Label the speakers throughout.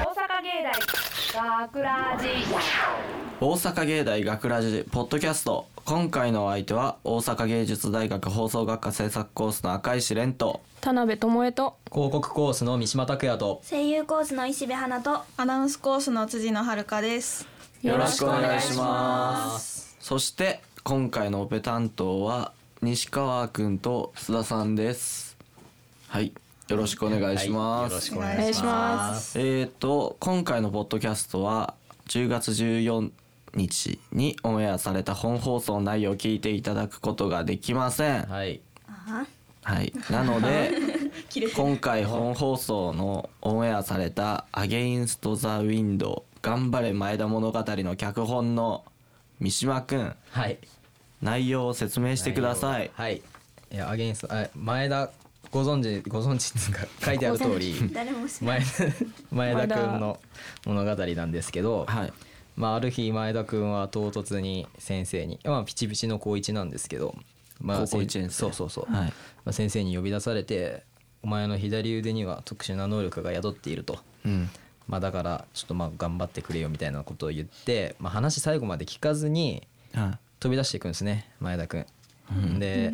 Speaker 1: 大学ラジ
Speaker 2: 大阪芸大学ラジポッドキャスト今回のお相手は大阪芸術大学放送学科制作コースの赤石蓮と
Speaker 3: 田辺智恵と
Speaker 4: 広告コースの三島拓也と
Speaker 5: 声優コースの石部花と
Speaker 6: アナウンスコースの辻野遥です。
Speaker 2: よろしくお願いし
Speaker 4: ます
Speaker 2: そして今回のオペ担当は西川くんと須田さんですはいよろしくお願いします、
Speaker 4: はいよろしくお願いします。
Speaker 2: えー、と今回のポッドキャストは10月14日にオンエアされた本放送の内容を聞いていただくことができません。はい、
Speaker 4: はい。
Speaker 2: なので今回本放送のオンエアされた「Against the Wind 頑張れ前田物語」の脚本の三島くん
Speaker 4: はい。
Speaker 2: 内容を説明してください。
Speaker 4: はい。いや、アゲインスト、あ前田、ご存知、ご存知っていうか、 書いてある通り。
Speaker 5: 誰も知らない
Speaker 4: 前田、前田君の物語なんですけど。
Speaker 2: はい、
Speaker 4: まあ、ある日前田君は唐突に先生に、まあ、ピチピチの高一なんですけど、まあ、
Speaker 2: 高校一年生
Speaker 4: せんそうそうそう、
Speaker 2: はい
Speaker 4: まあ、先生に呼び出されて「お前の左腕には特殊な能力が宿っていると」
Speaker 2: うん
Speaker 4: まあ、だからちょっとまあ頑張ってくれよみたいなことを言って、まあ、話最後まで聞かずに
Speaker 2: はい
Speaker 4: 飛び出していくんですね前田君。で、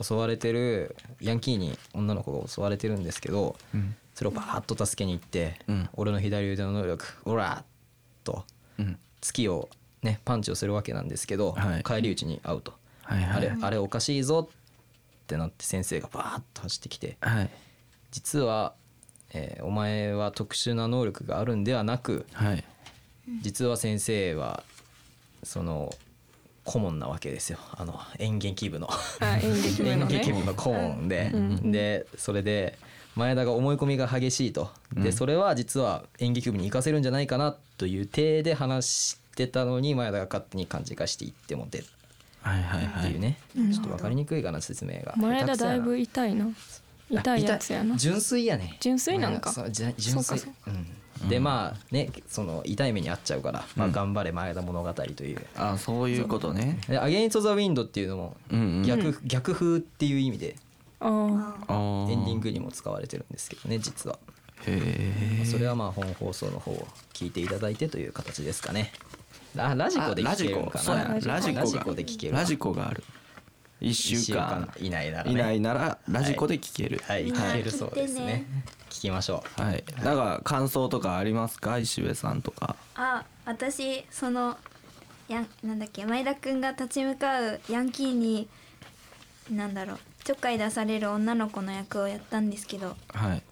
Speaker 4: 襲われてるヤンキーに女の子が襲われてるんですけど、
Speaker 2: うん
Speaker 4: それをバーッと助けに行って「
Speaker 2: うん
Speaker 4: 俺の左腕の能力オラ!」と。
Speaker 2: うん
Speaker 4: 月をねパンチをするわけなんですけど、
Speaker 2: はい
Speaker 4: 返り討ちに会うと、
Speaker 2: はいはい
Speaker 4: あれあれおかしいぞってなって先生がバーッと走ってきて
Speaker 2: はい
Speaker 4: 実は、えーお前は特殊な能力があるんではなく
Speaker 2: はい
Speaker 4: 実は先生はその顧問なわけですよあの演劇部の
Speaker 3: あ演劇部
Speaker 4: 演
Speaker 3: の
Speaker 4: 劇
Speaker 3: ね
Speaker 4: 部の顧問で、でそれで前田が思い込みが激しいと、
Speaker 2: う
Speaker 4: で
Speaker 2: ん
Speaker 4: それは実は演劇部に行かせるんじゃないかなという体で話してたのに前田が勝手に勘違いしていってもてっ
Speaker 2: はいはいは
Speaker 4: て
Speaker 2: い
Speaker 4: いうね、ちょっと分かりにくいかな説明が
Speaker 3: 前田だいぶ
Speaker 4: 下手
Speaker 3: 痛いな
Speaker 4: くそやな
Speaker 3: 痛いやつや
Speaker 4: あ
Speaker 3: な
Speaker 4: 純粋やね
Speaker 3: 純粋なんか
Speaker 4: 前田そうじゃ純粋
Speaker 3: そううか
Speaker 4: んでまあねその痛い目に遭っちゃうから、まあ、頑張れ前田物語という、
Speaker 2: あそういうことね
Speaker 4: で「アゲインスト・ザ・ウィンド」っていうのも
Speaker 2: うんうん
Speaker 4: 逆,、逆風っていう意味で
Speaker 3: あー
Speaker 2: あー
Speaker 4: エンディングにも使われてるんですけどね実は、
Speaker 2: へえ
Speaker 4: それはまあ本放送の方を聞いていただいてという形ですかねあラジコで
Speaker 2: あラ
Speaker 4: 聞
Speaker 2: ジ
Speaker 4: けるん
Speaker 2: コ
Speaker 4: か
Speaker 2: そうや
Speaker 4: な
Speaker 2: ラジコが
Speaker 4: ラジコで聞ける
Speaker 2: ラジコがある1
Speaker 4: 1
Speaker 2: 週間
Speaker 4: 以内なら、ね、
Speaker 2: 以内ならラジコで聞ける
Speaker 4: はい、
Speaker 5: みんな
Speaker 4: 聞けるそうで
Speaker 5: 聞
Speaker 4: す
Speaker 5: いて
Speaker 4: ね
Speaker 5: ね
Speaker 4: 聞きましょう
Speaker 2: はい、なんか感想とかありますか石部さんとか
Speaker 5: あ私そのやんなんだっけ前田くんが立ち向かうヤンキーになんだろうちょっかい出される女の子の役をやったんですけど
Speaker 2: はい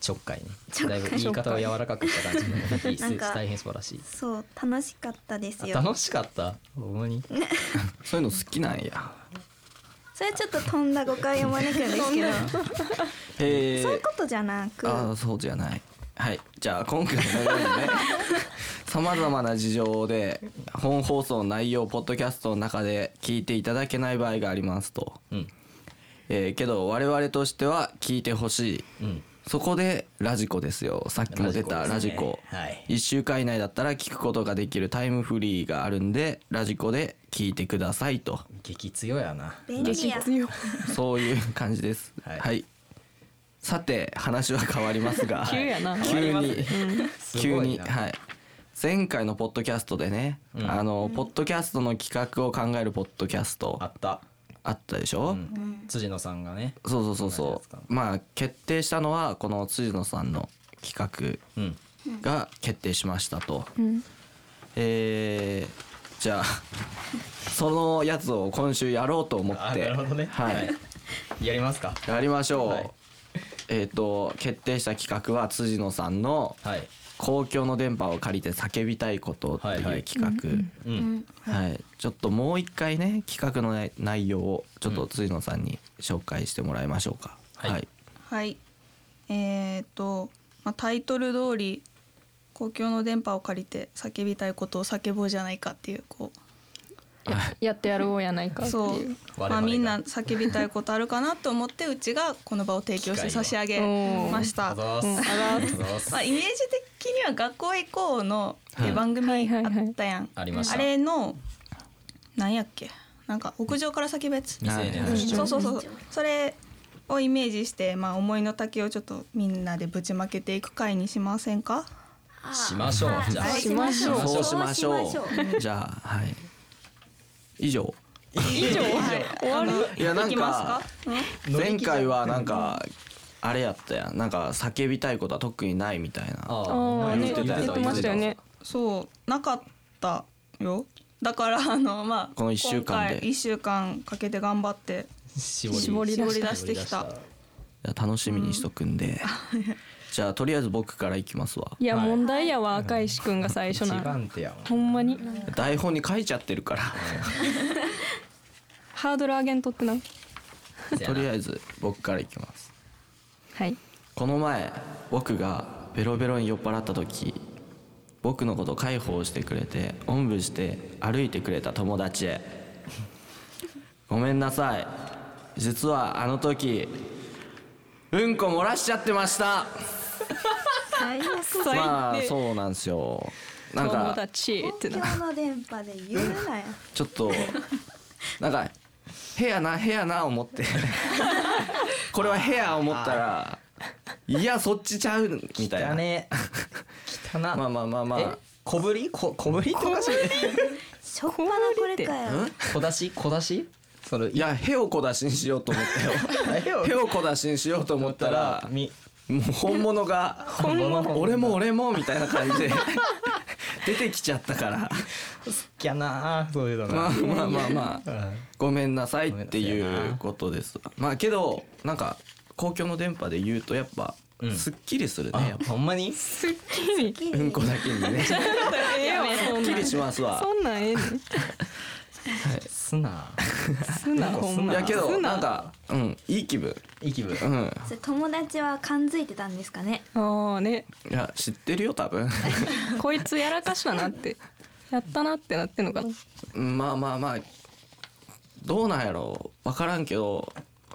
Speaker 4: ちょっかいねだいぶ言い方を柔らかくした感じでいい
Speaker 5: なんか
Speaker 4: 大変素晴らしい
Speaker 5: そう楽しかったです
Speaker 4: あ
Speaker 5: よ
Speaker 4: 楽しかったほんまに
Speaker 2: そういうの好きなんや
Speaker 5: それはちょっと飛んだ誤解を招くんですけど
Speaker 2: へえ
Speaker 5: そういうことじゃなく
Speaker 2: ああそうじゃないはいじゃあ今回のように ねさまざまな事情で本放送の内容をポッドキャストの中で聞いていただけない場合がありますと、
Speaker 4: うん
Speaker 2: えーけど我々としては聞いてほしい
Speaker 4: うん
Speaker 2: そこでラジコですよさっきも出たラ
Speaker 4: ラ
Speaker 2: ジ
Speaker 4: ジ
Speaker 2: コ
Speaker 4: コですねはい
Speaker 2: 1週間以内だったら聞くことができるタイムフリーがあるんでラジコで聞いてくださいと
Speaker 4: 激強やな
Speaker 5: 便利
Speaker 3: 激
Speaker 5: や
Speaker 3: 強
Speaker 2: そういう感じですは、
Speaker 4: はいい
Speaker 2: さて話は変わりますが
Speaker 3: 急やな
Speaker 2: 急に、
Speaker 4: す
Speaker 2: 急
Speaker 4: ごい
Speaker 2: に
Speaker 4: な
Speaker 2: はい前回のポッドキャストでね、
Speaker 4: うん
Speaker 2: あのポッドキャストの企画を考えるポッドキャスト
Speaker 4: あった
Speaker 2: あったでしょ、
Speaker 4: うん辻野さんがね
Speaker 2: そうそうそうそうまあ決定したのはこの辻野さんの企
Speaker 4: うん
Speaker 2: 画が決定しましたと、
Speaker 3: うん
Speaker 2: えーじゃあそのやつを今週やろうと思っ
Speaker 4: あ
Speaker 2: て
Speaker 4: なるほどね
Speaker 2: はい
Speaker 4: やりますか
Speaker 2: やりましょう、
Speaker 4: はい
Speaker 2: えっ、と決定した企画は辻野さんの
Speaker 4: はい
Speaker 2: 公共の電波を借りて叫びたいことって
Speaker 4: はいはいいう
Speaker 2: 企
Speaker 4: うん、
Speaker 2: 画はいちょっともう一回ね企画の内内容をちょっと辻野さんに紹介してもらいましょうか、
Speaker 4: はい
Speaker 2: はい
Speaker 6: はい。えっ、と、まあ、タイトル通り公共の電波を借りて叫びたいことを叫ぼうじゃないかっていうこ
Speaker 3: やってやろうやないか
Speaker 6: う、
Speaker 3: って
Speaker 6: そう
Speaker 3: いう。
Speaker 4: 我々が
Speaker 6: まあみんな叫びたいことあるかなと思ってうちがこの場を提供して差し上げまし
Speaker 4: あ
Speaker 6: た。
Speaker 4: ざーす、
Speaker 3: うんあ
Speaker 4: あざーす
Speaker 6: まあ、イメージ的には学校へ行こうの
Speaker 2: はい
Speaker 6: 番組
Speaker 3: はいはい
Speaker 6: あ
Speaker 3: はい
Speaker 6: ったやん。
Speaker 4: ありました
Speaker 6: あれのなんやっけ、なんか屋上から叫ぶやつ。
Speaker 4: 未成年の主
Speaker 6: そう
Speaker 4: 張
Speaker 6: そうそうそうそれをイメージして、まあ、思いの丈をちょっとみんなでぶちまけていく回にしませんか
Speaker 5: あ
Speaker 4: しましょう
Speaker 5: はい
Speaker 4: じゃあ
Speaker 5: はい
Speaker 3: しましょう
Speaker 2: そうしましょう
Speaker 5: そしまし
Speaker 2: じゃあはい以上
Speaker 6: 以上終わる
Speaker 2: いやなん
Speaker 6: いきま
Speaker 2: か
Speaker 6: すか、うん
Speaker 2: 前回はなんかあれやったやんなんか叫びたいことは特にないみたいな
Speaker 3: ああ
Speaker 2: ー言
Speaker 3: ね
Speaker 2: ってた
Speaker 3: 言ってましたよね。
Speaker 6: そうなかったよだからあのまあ
Speaker 2: この一週間で
Speaker 6: 今回一週間かけて頑張って
Speaker 4: 絞り
Speaker 3: 絞り出した
Speaker 6: してきた
Speaker 2: じゃあ楽しみにしとくんで、じゃあとりあえず僕からいきますわ
Speaker 3: いや
Speaker 4: はい
Speaker 3: 問題やわ赤石くんが最初
Speaker 4: 一
Speaker 3: な。
Speaker 4: 番手やもん
Speaker 3: ほんまに
Speaker 2: 台本に書いちゃってるから
Speaker 3: ハードル上げんとってな。
Speaker 2: とりあえず僕からいきます
Speaker 3: はい。
Speaker 2: この前僕がベロベロに酔っ払った時僕のこと介抱してくれておんぶして歩いてくれた友達へごめんなさい実はあの時うんこ漏らしちゃってました
Speaker 5: 最悪
Speaker 2: まあそうなんですよなん
Speaker 3: 友
Speaker 2: か
Speaker 3: 達って
Speaker 5: 公
Speaker 3: な。
Speaker 5: 共の電波で言うなよ
Speaker 2: ちょっ となんか「部屋な部屋な」思 ってこれは部屋思ったら「いやそっちちゃう」みたいな
Speaker 4: 汚ね 汚な
Speaker 2: まあまあまあま
Speaker 4: え
Speaker 2: あ
Speaker 4: 小ぶりこ小ぶりっておかしい
Speaker 5: しょっぱなこれかよ
Speaker 4: 小出し小出しそれ
Speaker 2: いやへを小出しにしようと思った
Speaker 4: へ
Speaker 2: よ
Speaker 4: を
Speaker 2: へを小出しにしようと思ったら
Speaker 4: み
Speaker 2: もう本物が「
Speaker 4: 本物
Speaker 2: 俺も俺も」みたいな感 じで出てきちゃったから
Speaker 4: 汚なそういうの
Speaker 2: まあ
Speaker 4: な
Speaker 2: まあまあまあ
Speaker 4: うん
Speaker 2: ごめんなさいってい
Speaker 4: ごめんなさいうな
Speaker 2: ことですまあけどなんか公共の電波で言うとやっぱ
Speaker 4: うん
Speaker 2: すっきりする
Speaker 4: あ
Speaker 2: ねやっぱ
Speaker 4: ほんまに
Speaker 3: すっきり。
Speaker 2: うんこだけにねすっ
Speaker 3: ええわそん
Speaker 2: き
Speaker 3: な
Speaker 2: り
Speaker 3: ん。
Speaker 2: しますわ
Speaker 3: そんなんええねん。
Speaker 4: すな
Speaker 3: すなほん
Speaker 2: い
Speaker 3: ま。
Speaker 2: やけど
Speaker 3: す
Speaker 2: なんかうんいい気分
Speaker 4: いい気分
Speaker 2: うん
Speaker 5: それ友達は感づいてたんですかね
Speaker 3: ああね。
Speaker 2: いや知ってるよ多分
Speaker 3: こいつやらかしたなって。やったなってなってんのかな。
Speaker 2: まあまあまあどうなんやろう分からんけど、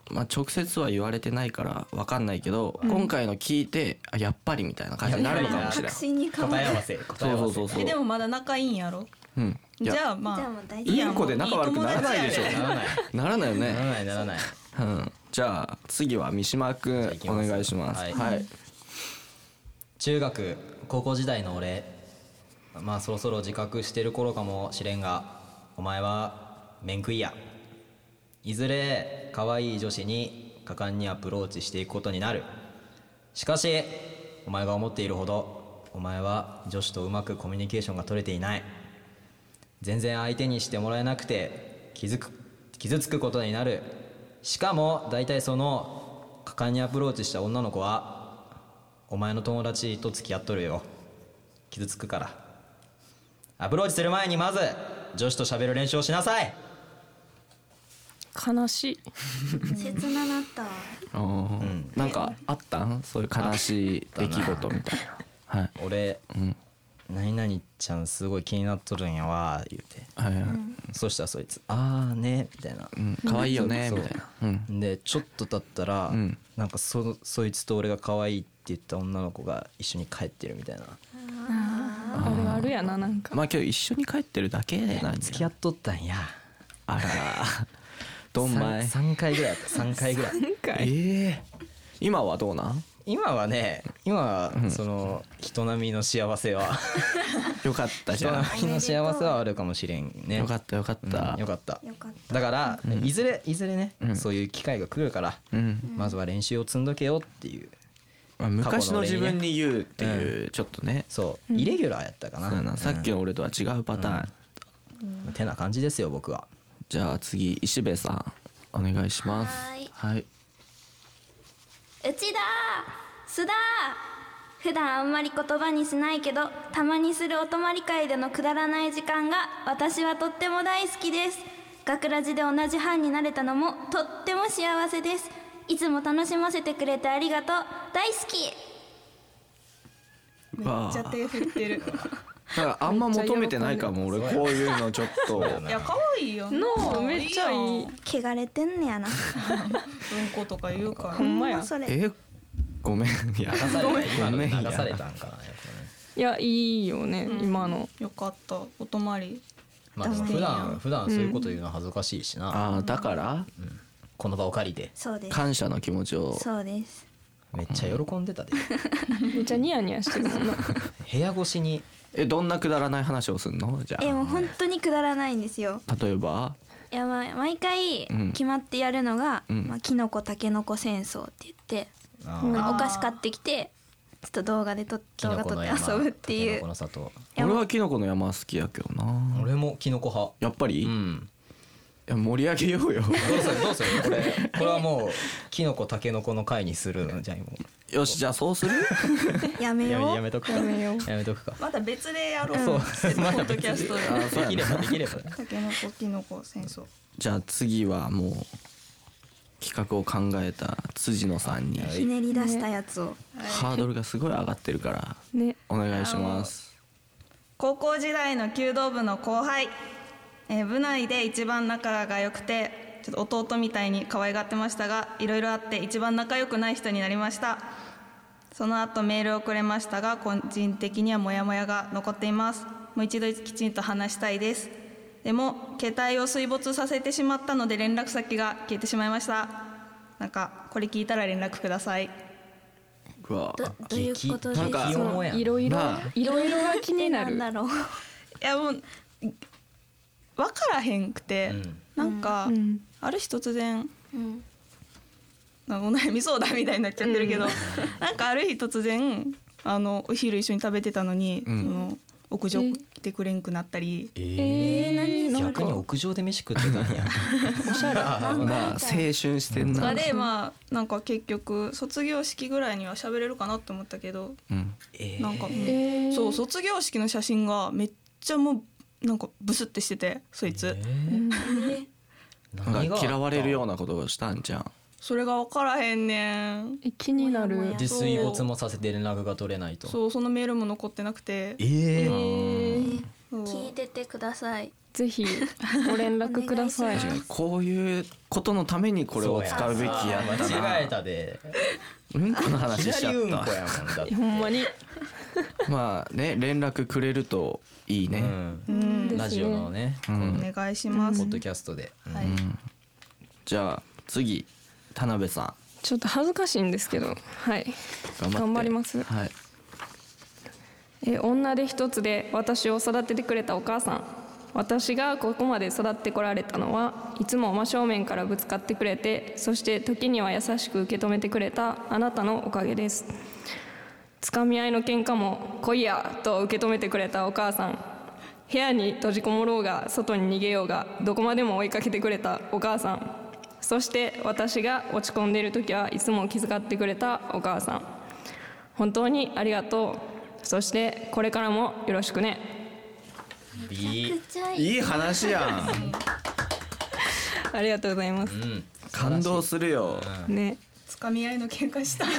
Speaker 2: まあ、直接は言われてないから分かんないけど、今回の聞いてあやっぱりみたいな感じになるのかもしれん
Speaker 5: 確信に変わ
Speaker 4: 答え合
Speaker 5: る
Speaker 4: わせ答え
Speaker 2: そう
Speaker 4: 合
Speaker 2: そ
Speaker 4: わ
Speaker 2: う
Speaker 4: せ
Speaker 2: そうそ
Speaker 6: え
Speaker 2: う
Speaker 6: でもまだ仲いいんやろ
Speaker 2: うんい
Speaker 6: じ
Speaker 2: や
Speaker 6: ゃあま
Speaker 5: じゃあ
Speaker 6: あ
Speaker 5: もう大
Speaker 2: いい
Speaker 5: 丈
Speaker 6: や
Speaker 5: 夫
Speaker 2: 子で仲悪くならないでしょ
Speaker 6: いい友達
Speaker 4: ならな
Speaker 2: ならない
Speaker 4: い
Speaker 2: よ
Speaker 4: なら
Speaker 2: ね、
Speaker 4: ないならない
Speaker 2: うん、じゃあ次は三島くん
Speaker 4: ゃあ行き
Speaker 2: お
Speaker 4: ます
Speaker 2: 願いしますは、
Speaker 4: はいい中学高校時代の俺まあそろそろ自覚してる頃かもしれんがお前は面食いやいずれ可愛い女子に果敢にアプローチしていくことになるしかしお前が思っているほどお前は女子とうまくコミュニケーションが取れていない全然相手にしてもらえなくて傷く傷つくことになるしかも大体その果敢にアプローチした女の子はお前の友達と付き合っとるよ傷つくからアプローチする前にまず女子と喋る練習をしなさい
Speaker 3: 悲しい。
Speaker 5: 切ななったわ
Speaker 2: おーなんかあったんそういう悲しい出来事みたいなはい
Speaker 4: 俺、何々ちゃんすごい気になっとるんやわ言うて
Speaker 2: はいはい
Speaker 4: そしたらそいつ「ああね」みたいな、
Speaker 2: うん可愛いよね
Speaker 4: そう
Speaker 2: みたいなうん
Speaker 4: でちょっと経ったら、
Speaker 2: ん
Speaker 4: なんかそのそいつと俺が可愛いって言った女の子が一緒に帰ってるみたいな
Speaker 3: あるあるやななんか。
Speaker 2: まあけど一緒に帰ってるだけなんじ
Speaker 4: 付
Speaker 2: ゃな
Speaker 4: き
Speaker 2: い
Speaker 4: 合っとったんや
Speaker 2: あらーどんまい
Speaker 4: 3, 回ぐらいあった3回ぐらい
Speaker 3: なんか
Speaker 2: えー今はどうなん
Speaker 4: 今はね今はその人並みの幸せ は
Speaker 2: よかったじ
Speaker 4: 人
Speaker 2: ゃん
Speaker 4: 並みの幸せはあるかもしれんね
Speaker 2: よかったよかっ
Speaker 4: う
Speaker 2: た
Speaker 4: んよかった
Speaker 5: よかった
Speaker 4: だから、いずれいずれね、
Speaker 2: ん
Speaker 4: そういう機会が来るから、
Speaker 2: うん
Speaker 4: まずは練習を積んどけよっていう
Speaker 2: まあ昔の自分に言うって
Speaker 4: 過去の俺
Speaker 2: いうちょっとね
Speaker 4: そう、イレギュラーやったかな
Speaker 2: そうやなさっきの俺とは違うパターン
Speaker 4: うんてな感じですよ僕は
Speaker 2: じゃあ次石部さんお願いします
Speaker 5: はーい
Speaker 2: はい、
Speaker 5: 内田須田普段あんまり言葉にしないけどたまにするお泊まり会でのくだらない時間が私はとっても大好きです学ラジで同じ班になれたのもとっても幸せですいつも楽しませてくれてありがとう大好き
Speaker 6: めっちゃ手振ってる
Speaker 2: だからあんま求めてないかも俺こういうのちょっ と
Speaker 6: いや可愛いよな
Speaker 3: のめっちゃ
Speaker 6: い
Speaker 3: い
Speaker 6: い
Speaker 3: い
Speaker 6: やん。
Speaker 5: 汚れてんねやな
Speaker 6: うんことか言うから
Speaker 3: ほんまや。
Speaker 5: それ
Speaker 2: えごめんいや
Speaker 4: 流された今ので
Speaker 2: ごめん
Speaker 4: 流されたんかなやっぱね
Speaker 3: いやいいよね今の。
Speaker 6: よかったお泊まり
Speaker 4: まあでも普段普段そういうこと言うのは恥ずかしいしな、
Speaker 2: ああだから
Speaker 4: この場を借りて
Speaker 5: そうです
Speaker 2: 感謝の気持ちを
Speaker 5: そうです
Speaker 4: めっちゃ喜んでたで
Speaker 3: めっちゃニヤニヤしてるもんな
Speaker 4: 部屋越しに
Speaker 2: えどんなくだらない話をするのじゃ
Speaker 5: えもう
Speaker 2: あ
Speaker 5: 本当にくだらないんですよ
Speaker 2: 例えば
Speaker 5: いやまあ毎回
Speaker 2: うん
Speaker 5: 決まってやるのが、
Speaker 2: うん
Speaker 5: まあ、キノコタケノコ戦争って言って、
Speaker 4: あ
Speaker 3: うん
Speaker 5: あ
Speaker 4: ー
Speaker 5: のお菓子買ってきてちょっと動画で撮っ
Speaker 4: キ
Speaker 5: 動
Speaker 4: ノ
Speaker 5: 画
Speaker 4: コ
Speaker 5: 撮っ
Speaker 4: の
Speaker 5: て
Speaker 4: 山
Speaker 5: 遊ぶって
Speaker 4: タケ
Speaker 5: い
Speaker 4: ノコ
Speaker 5: う
Speaker 4: の里
Speaker 5: や
Speaker 2: 俺はキノコの山好きやけどな
Speaker 4: 俺もキノコ派
Speaker 2: やっぱり、い
Speaker 4: うん
Speaker 2: や盛り上げよ うよ
Speaker 4: どうするど うするこれこれはもうキノコタケノコの会にするのじゃあも
Speaker 2: よしじゃあそうする
Speaker 5: やめ
Speaker 4: うや
Speaker 5: よ
Speaker 4: め
Speaker 5: う
Speaker 4: やめとくか
Speaker 3: やめよう
Speaker 4: やめとくか
Speaker 6: また別でやろう。
Speaker 4: そう
Speaker 6: ポッドキャストで。
Speaker 2: あそう
Speaker 4: で
Speaker 2: や
Speaker 4: きれ
Speaker 2: な
Speaker 4: ばできれば
Speaker 6: タケノコキノコ戦争。
Speaker 2: じゃあ次はもう企画を考えた辻野さんに
Speaker 5: ひねり出したやつを、
Speaker 2: ハードルがすごい上がってるから
Speaker 3: ね
Speaker 2: お願いします
Speaker 6: 高校時代の弓道部の後輩、えー部内で一番仲が良くてちょっと弟みたいに可愛がってましたがいろいろあって一番仲良くない人になりましたその後メールをくれましたが個人的にはモヤモヤが残っていますもう一度きちんと話したいですでも携帯を水没させてしまったので連絡先が消えてしまいましたなんかこれ聞いたら連絡くださいう
Speaker 2: わ
Speaker 5: どどういうことです
Speaker 2: なんか
Speaker 4: 激
Speaker 3: そ
Speaker 4: 重
Speaker 3: う
Speaker 4: やん
Speaker 3: いろいろ
Speaker 2: なあ
Speaker 3: いろいろが気になる
Speaker 5: んだ ろう
Speaker 6: いやもう分からへんくて、
Speaker 4: うん
Speaker 6: なんか、
Speaker 3: うん
Speaker 6: ある日突然
Speaker 5: うん
Speaker 6: なんかお悩み相談みたいになっちゃってるけど、 なんかある日突然あのお昼一緒に食べてたのに、
Speaker 2: ん
Speaker 6: その屋上来てくれんくなったり、
Speaker 4: え
Speaker 3: えー何なんか
Speaker 4: 逆に屋上で飯食ってたんやおしゃれ
Speaker 2: まあ青春してん
Speaker 6: と
Speaker 2: な、
Speaker 6: かでまあなんか結局卒業式ぐらいには喋れるかなと思ったけど、
Speaker 2: うん、
Speaker 4: え
Speaker 6: なんか、
Speaker 3: えー
Speaker 6: そう卒業式の写真がめっちゃもうなんかブスってしててそいつ、
Speaker 3: うん
Speaker 2: なんか嫌われるよう
Speaker 4: な
Speaker 2: なことをしたんじゃん
Speaker 6: それが分からへんねん
Speaker 3: え気にな
Speaker 5: もや
Speaker 3: る
Speaker 5: もや
Speaker 4: 自炊没もさせて連絡が取れないと
Speaker 6: そうそのメールも残ってなくて
Speaker 4: えー
Speaker 6: そう
Speaker 5: 聞いててください
Speaker 3: ぜひご連絡ください
Speaker 5: お願いします
Speaker 2: こういうことのためにこれを使うべきやった
Speaker 4: そう
Speaker 2: な
Speaker 4: や間違えたで
Speaker 2: うんこの話しちゃ
Speaker 4: 左うんこ
Speaker 2: っ
Speaker 4: やもんだって
Speaker 3: ほんまに
Speaker 2: たまあね連絡くれるといいね、
Speaker 4: うん
Speaker 6: うん
Speaker 3: ですね
Speaker 4: ラジオのね
Speaker 2: う
Speaker 4: この
Speaker 2: ん
Speaker 6: お願いします、
Speaker 4: ポッドキャストでうん
Speaker 6: はい、
Speaker 2: じゃあ次田辺さ
Speaker 3: ちょっと恥ずかしいんですけどはい
Speaker 2: ん頑張って
Speaker 3: 頑張ります
Speaker 2: はい、
Speaker 3: えー女で一つで私を育ててくれたお母さん私がここまで育ってこられたのはいつも真正面からぶつかってくれてそして時には優しく受け止めてくれたあなたのおかげですつかみ合いの喧嘩も「来いや!」と受け止めてくれたお母さん部屋に閉じこもろうが外に逃げようがどこまでも追いかけてくれたお母さんそして私が落ち込んでいる時はいつも気遣ってくれたお母さん本当にありがとうそしてこれからもよろしくね
Speaker 4: B
Speaker 5: ちゃい
Speaker 2: いい話やん
Speaker 3: ありがとうございます、
Speaker 4: うん
Speaker 2: 感動するよ
Speaker 3: ね
Speaker 6: つかみ合いの喧嘩したつ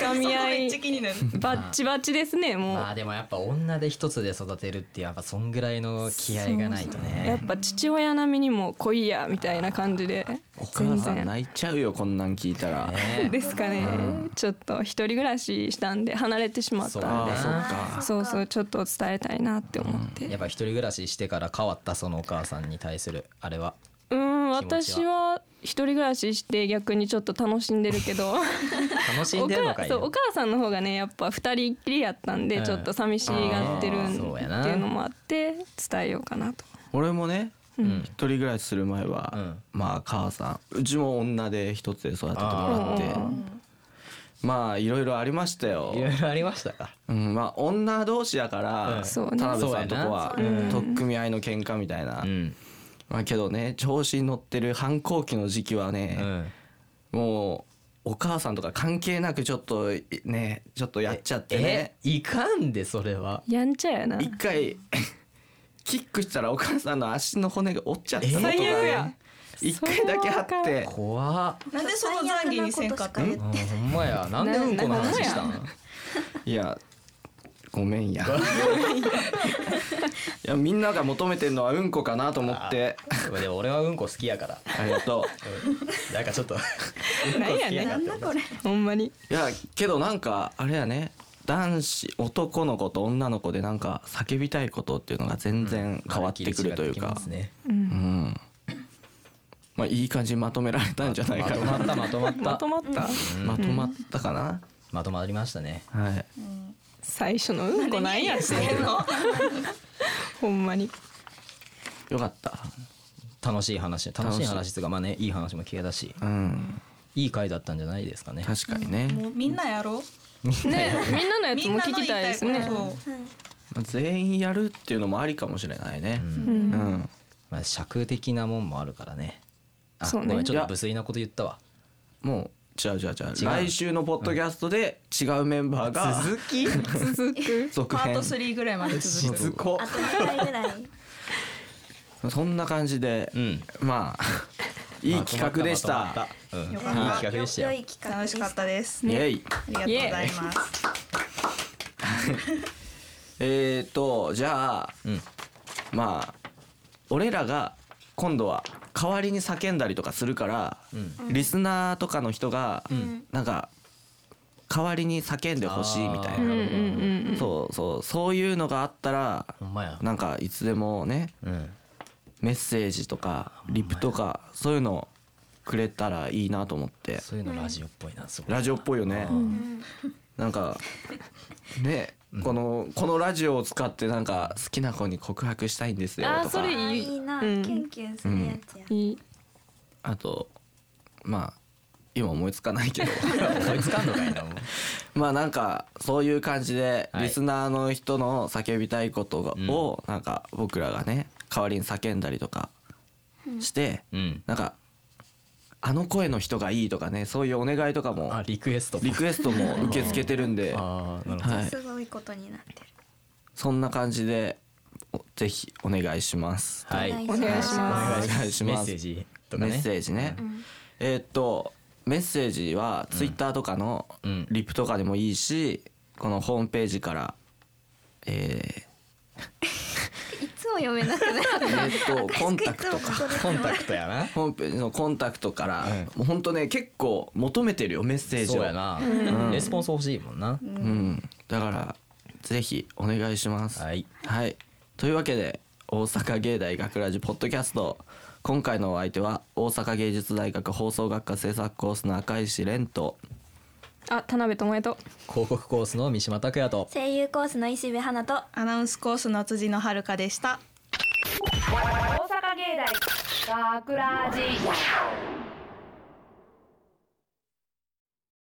Speaker 3: かみ合い
Speaker 6: めっちゃ気になる
Speaker 3: バッチバチですねもう、
Speaker 4: まあでもやっぱ女で一つで育てるってやっぱそんぐらいの気合がないと
Speaker 3: やっ
Speaker 4: ね
Speaker 3: ぱ父親並みにも「来いや」みたいな感じで
Speaker 2: お母
Speaker 3: 全
Speaker 2: さん
Speaker 3: 然
Speaker 2: 泣いちゃうよこんなん聞いたら、
Speaker 4: ね
Speaker 3: ですかねちょっと一人暮らししたんで離れてしまっ
Speaker 4: そう
Speaker 3: た
Speaker 2: ああ
Speaker 3: んで
Speaker 2: そっか
Speaker 3: そうそうちょっと伝えたいなって思って
Speaker 4: やっぱ一人暮らししてから変わったそのお母さんに対するあれは
Speaker 3: うーん
Speaker 4: 気持ち
Speaker 3: 私
Speaker 4: は
Speaker 3: は一人暮らしして逆にちょっと楽しんでるけど
Speaker 4: 楽しん
Speaker 3: お
Speaker 4: でるのか
Speaker 3: 母
Speaker 4: い
Speaker 3: そうお
Speaker 4: よ
Speaker 3: 母さんの方がねやっぱ二人っきりやったん
Speaker 4: う
Speaker 3: で
Speaker 4: ん
Speaker 3: ちょっと寂しがってる
Speaker 4: あ
Speaker 3: ん
Speaker 4: ー
Speaker 3: って
Speaker 4: そうやない
Speaker 3: いうのもあって伝えようかなと。
Speaker 2: 俺もね
Speaker 4: うん
Speaker 2: 一人暮らしする前は、
Speaker 4: うん
Speaker 2: まあ母さんうちも女で一つで育ててもらって
Speaker 3: あ
Speaker 2: まあいろいろありましたよ
Speaker 4: いろいろありましたか
Speaker 2: うん、まあ女同士だから、
Speaker 4: うん
Speaker 3: そうね
Speaker 2: 田辺さんとこは
Speaker 4: そうやな
Speaker 2: 取っ組み合いの喧嘩みたいな、
Speaker 4: うん
Speaker 2: まあけどね調子に乗ってる反抗期の時期は
Speaker 4: う
Speaker 2: ね、
Speaker 4: ん
Speaker 2: もうお母さんとか関係なくちょっといねちょっとやっちゃってね
Speaker 4: えいかんでそれは
Speaker 3: やんちゃやな。
Speaker 2: 一回 キックしたらお母さんの足の骨が折っちゃった
Speaker 4: え
Speaker 2: ことが
Speaker 3: 最悪や
Speaker 2: ね一回だけあって
Speaker 4: 怖っ
Speaker 6: なんでその懺悔にせんかった
Speaker 5: 最悪なことしか言っ
Speaker 6: の
Speaker 5: て
Speaker 4: うんほんまやなんでうんこの話したん
Speaker 2: いやごめんやいやみんなが求めてるのはうんこかなと思って
Speaker 4: でも俺はうんこ好きやから
Speaker 2: ありがとう。
Speaker 4: うんなんかちょっとうんこ
Speaker 3: なん
Speaker 4: 好
Speaker 3: や
Speaker 4: き
Speaker 3: ね
Speaker 4: や
Speaker 3: ん
Speaker 4: なって思った
Speaker 3: ほんまに。
Speaker 2: いやけどなんかあれやね男子男の子と女の子でなんか叫びたいことっていうのが全然変わってくるというか
Speaker 4: まるっきり違ってきますね
Speaker 2: うんまあいい感じにまとめられたんじゃない
Speaker 4: ま
Speaker 2: か
Speaker 4: と
Speaker 2: な
Speaker 4: まったまとまった
Speaker 3: まとまった。
Speaker 2: まとまったかな
Speaker 4: まとまりましたね
Speaker 2: はい
Speaker 3: 最初のうんこなんやって
Speaker 6: の
Speaker 3: ほんまに
Speaker 2: よかった
Speaker 4: 楽しい話楽しい話とかまあねいい話も聞けたし
Speaker 2: うん
Speaker 4: いい回だったんじゃないですかね
Speaker 2: 確かにね、
Speaker 6: もうみんなやろう
Speaker 3: ねみんなのやつ
Speaker 6: みん
Speaker 3: も聞
Speaker 6: なの言
Speaker 3: き
Speaker 6: い
Speaker 3: たい
Speaker 6: た
Speaker 3: で
Speaker 6: い
Speaker 3: す
Speaker 6: こと
Speaker 3: ね
Speaker 6: を
Speaker 2: まあ全員やるっていうのもありかもしれないねうん、
Speaker 4: まあ尺的なもんもあるからねあ
Speaker 3: そうね
Speaker 4: ごめんちょっと無粋なこと言ったわ
Speaker 2: もう違う違う違う来週のポッドキャストで違うメンバーが
Speaker 4: 続き
Speaker 3: 続 く
Speaker 2: 続
Speaker 6: パー
Speaker 2: 編
Speaker 6: ト3ぐらいまで続
Speaker 2: しつこ
Speaker 5: あと1回 ぐらい
Speaker 2: そんな感じで、
Speaker 4: うん
Speaker 2: ま あいい企画でし
Speaker 4: まと
Speaker 2: た
Speaker 4: まっ。たうんいい
Speaker 6: よかった
Speaker 4: 企画でした
Speaker 5: 良
Speaker 4: よ
Speaker 5: い企
Speaker 6: く
Speaker 5: 画
Speaker 6: 楽
Speaker 5: で
Speaker 6: し
Speaker 5: し
Speaker 6: か
Speaker 5: た
Speaker 6: ったです
Speaker 2: イエイ
Speaker 6: ありがとうございます
Speaker 2: えー、とじゃあ、
Speaker 4: ん
Speaker 2: まあ俺らが今度は代わりに叫んだりとかするから、リスナーとかの人が、なんか代わりに叫んでほしいみたいな、
Speaker 4: あーるほどなるほど
Speaker 2: そうそうそういうのがあったら
Speaker 4: ほんまや
Speaker 2: なんかいつでもね
Speaker 4: うん
Speaker 2: メッセージとかリプとかそういうのくれたらいいなと思って
Speaker 4: そういうのラジオっぽいなすごい
Speaker 2: ラジオっぽいよね、なんかねこのこのラジオを使ってなんか好きな子に告白したいんですよ
Speaker 3: あー
Speaker 2: と
Speaker 3: そ
Speaker 2: か
Speaker 3: れ
Speaker 5: あーいいな、
Speaker 3: うん
Speaker 5: キュンキュンするやつや、
Speaker 3: いい
Speaker 2: あとまあ今思いつかないけ ど
Speaker 4: 思いつかんのかいなもう
Speaker 2: まあなんかそういう感じで
Speaker 4: はい
Speaker 2: リスナーの人の叫びたいことがをなんか僕らがね代わりに叫んだりとかして
Speaker 4: うん
Speaker 2: なんかあの声の人がいいとかねそういうお願いとかも
Speaker 4: あリクエスト
Speaker 2: リクエストも受け付けてるんで、は
Speaker 4: ああなるほど
Speaker 2: い、
Speaker 5: すごいことになってる
Speaker 2: そんな感じでおぜひお願いします。
Speaker 4: はい
Speaker 5: お
Speaker 4: お
Speaker 5: 願いします
Speaker 3: お願
Speaker 2: お願いし
Speaker 4: メ
Speaker 2: ま
Speaker 4: ッ
Speaker 2: す。
Speaker 4: セージとか
Speaker 2: メ
Speaker 4: ね
Speaker 2: ッセージね。えーっとメッセージはツイッターとかの
Speaker 4: うん
Speaker 2: リプとかでもいいし、このホームページから。え
Speaker 5: いつも読めなくなる
Speaker 2: ーえーっとコンタクト
Speaker 5: 私いつも
Speaker 2: か。
Speaker 5: ここ
Speaker 4: コンタクトやな
Speaker 2: ホームページのコンタクトから、
Speaker 4: うん
Speaker 2: もう本当ね結構求めてるよメッセージを
Speaker 4: そうやなレスポンス欲しいもんな
Speaker 2: うん、だからぜひお願いします。
Speaker 4: はい
Speaker 2: はい、というわけで大阪芸大学ラジポッドキャスト今回のお相手は大阪芸術大学放送学科制作コースの赤石蓮と
Speaker 3: あ田辺智恵と
Speaker 4: 広告コースの三島拓也と
Speaker 5: 声優コースの石部花と
Speaker 6: アナウンスコースの辻野遥でした
Speaker 1: 大阪芸大学ラジ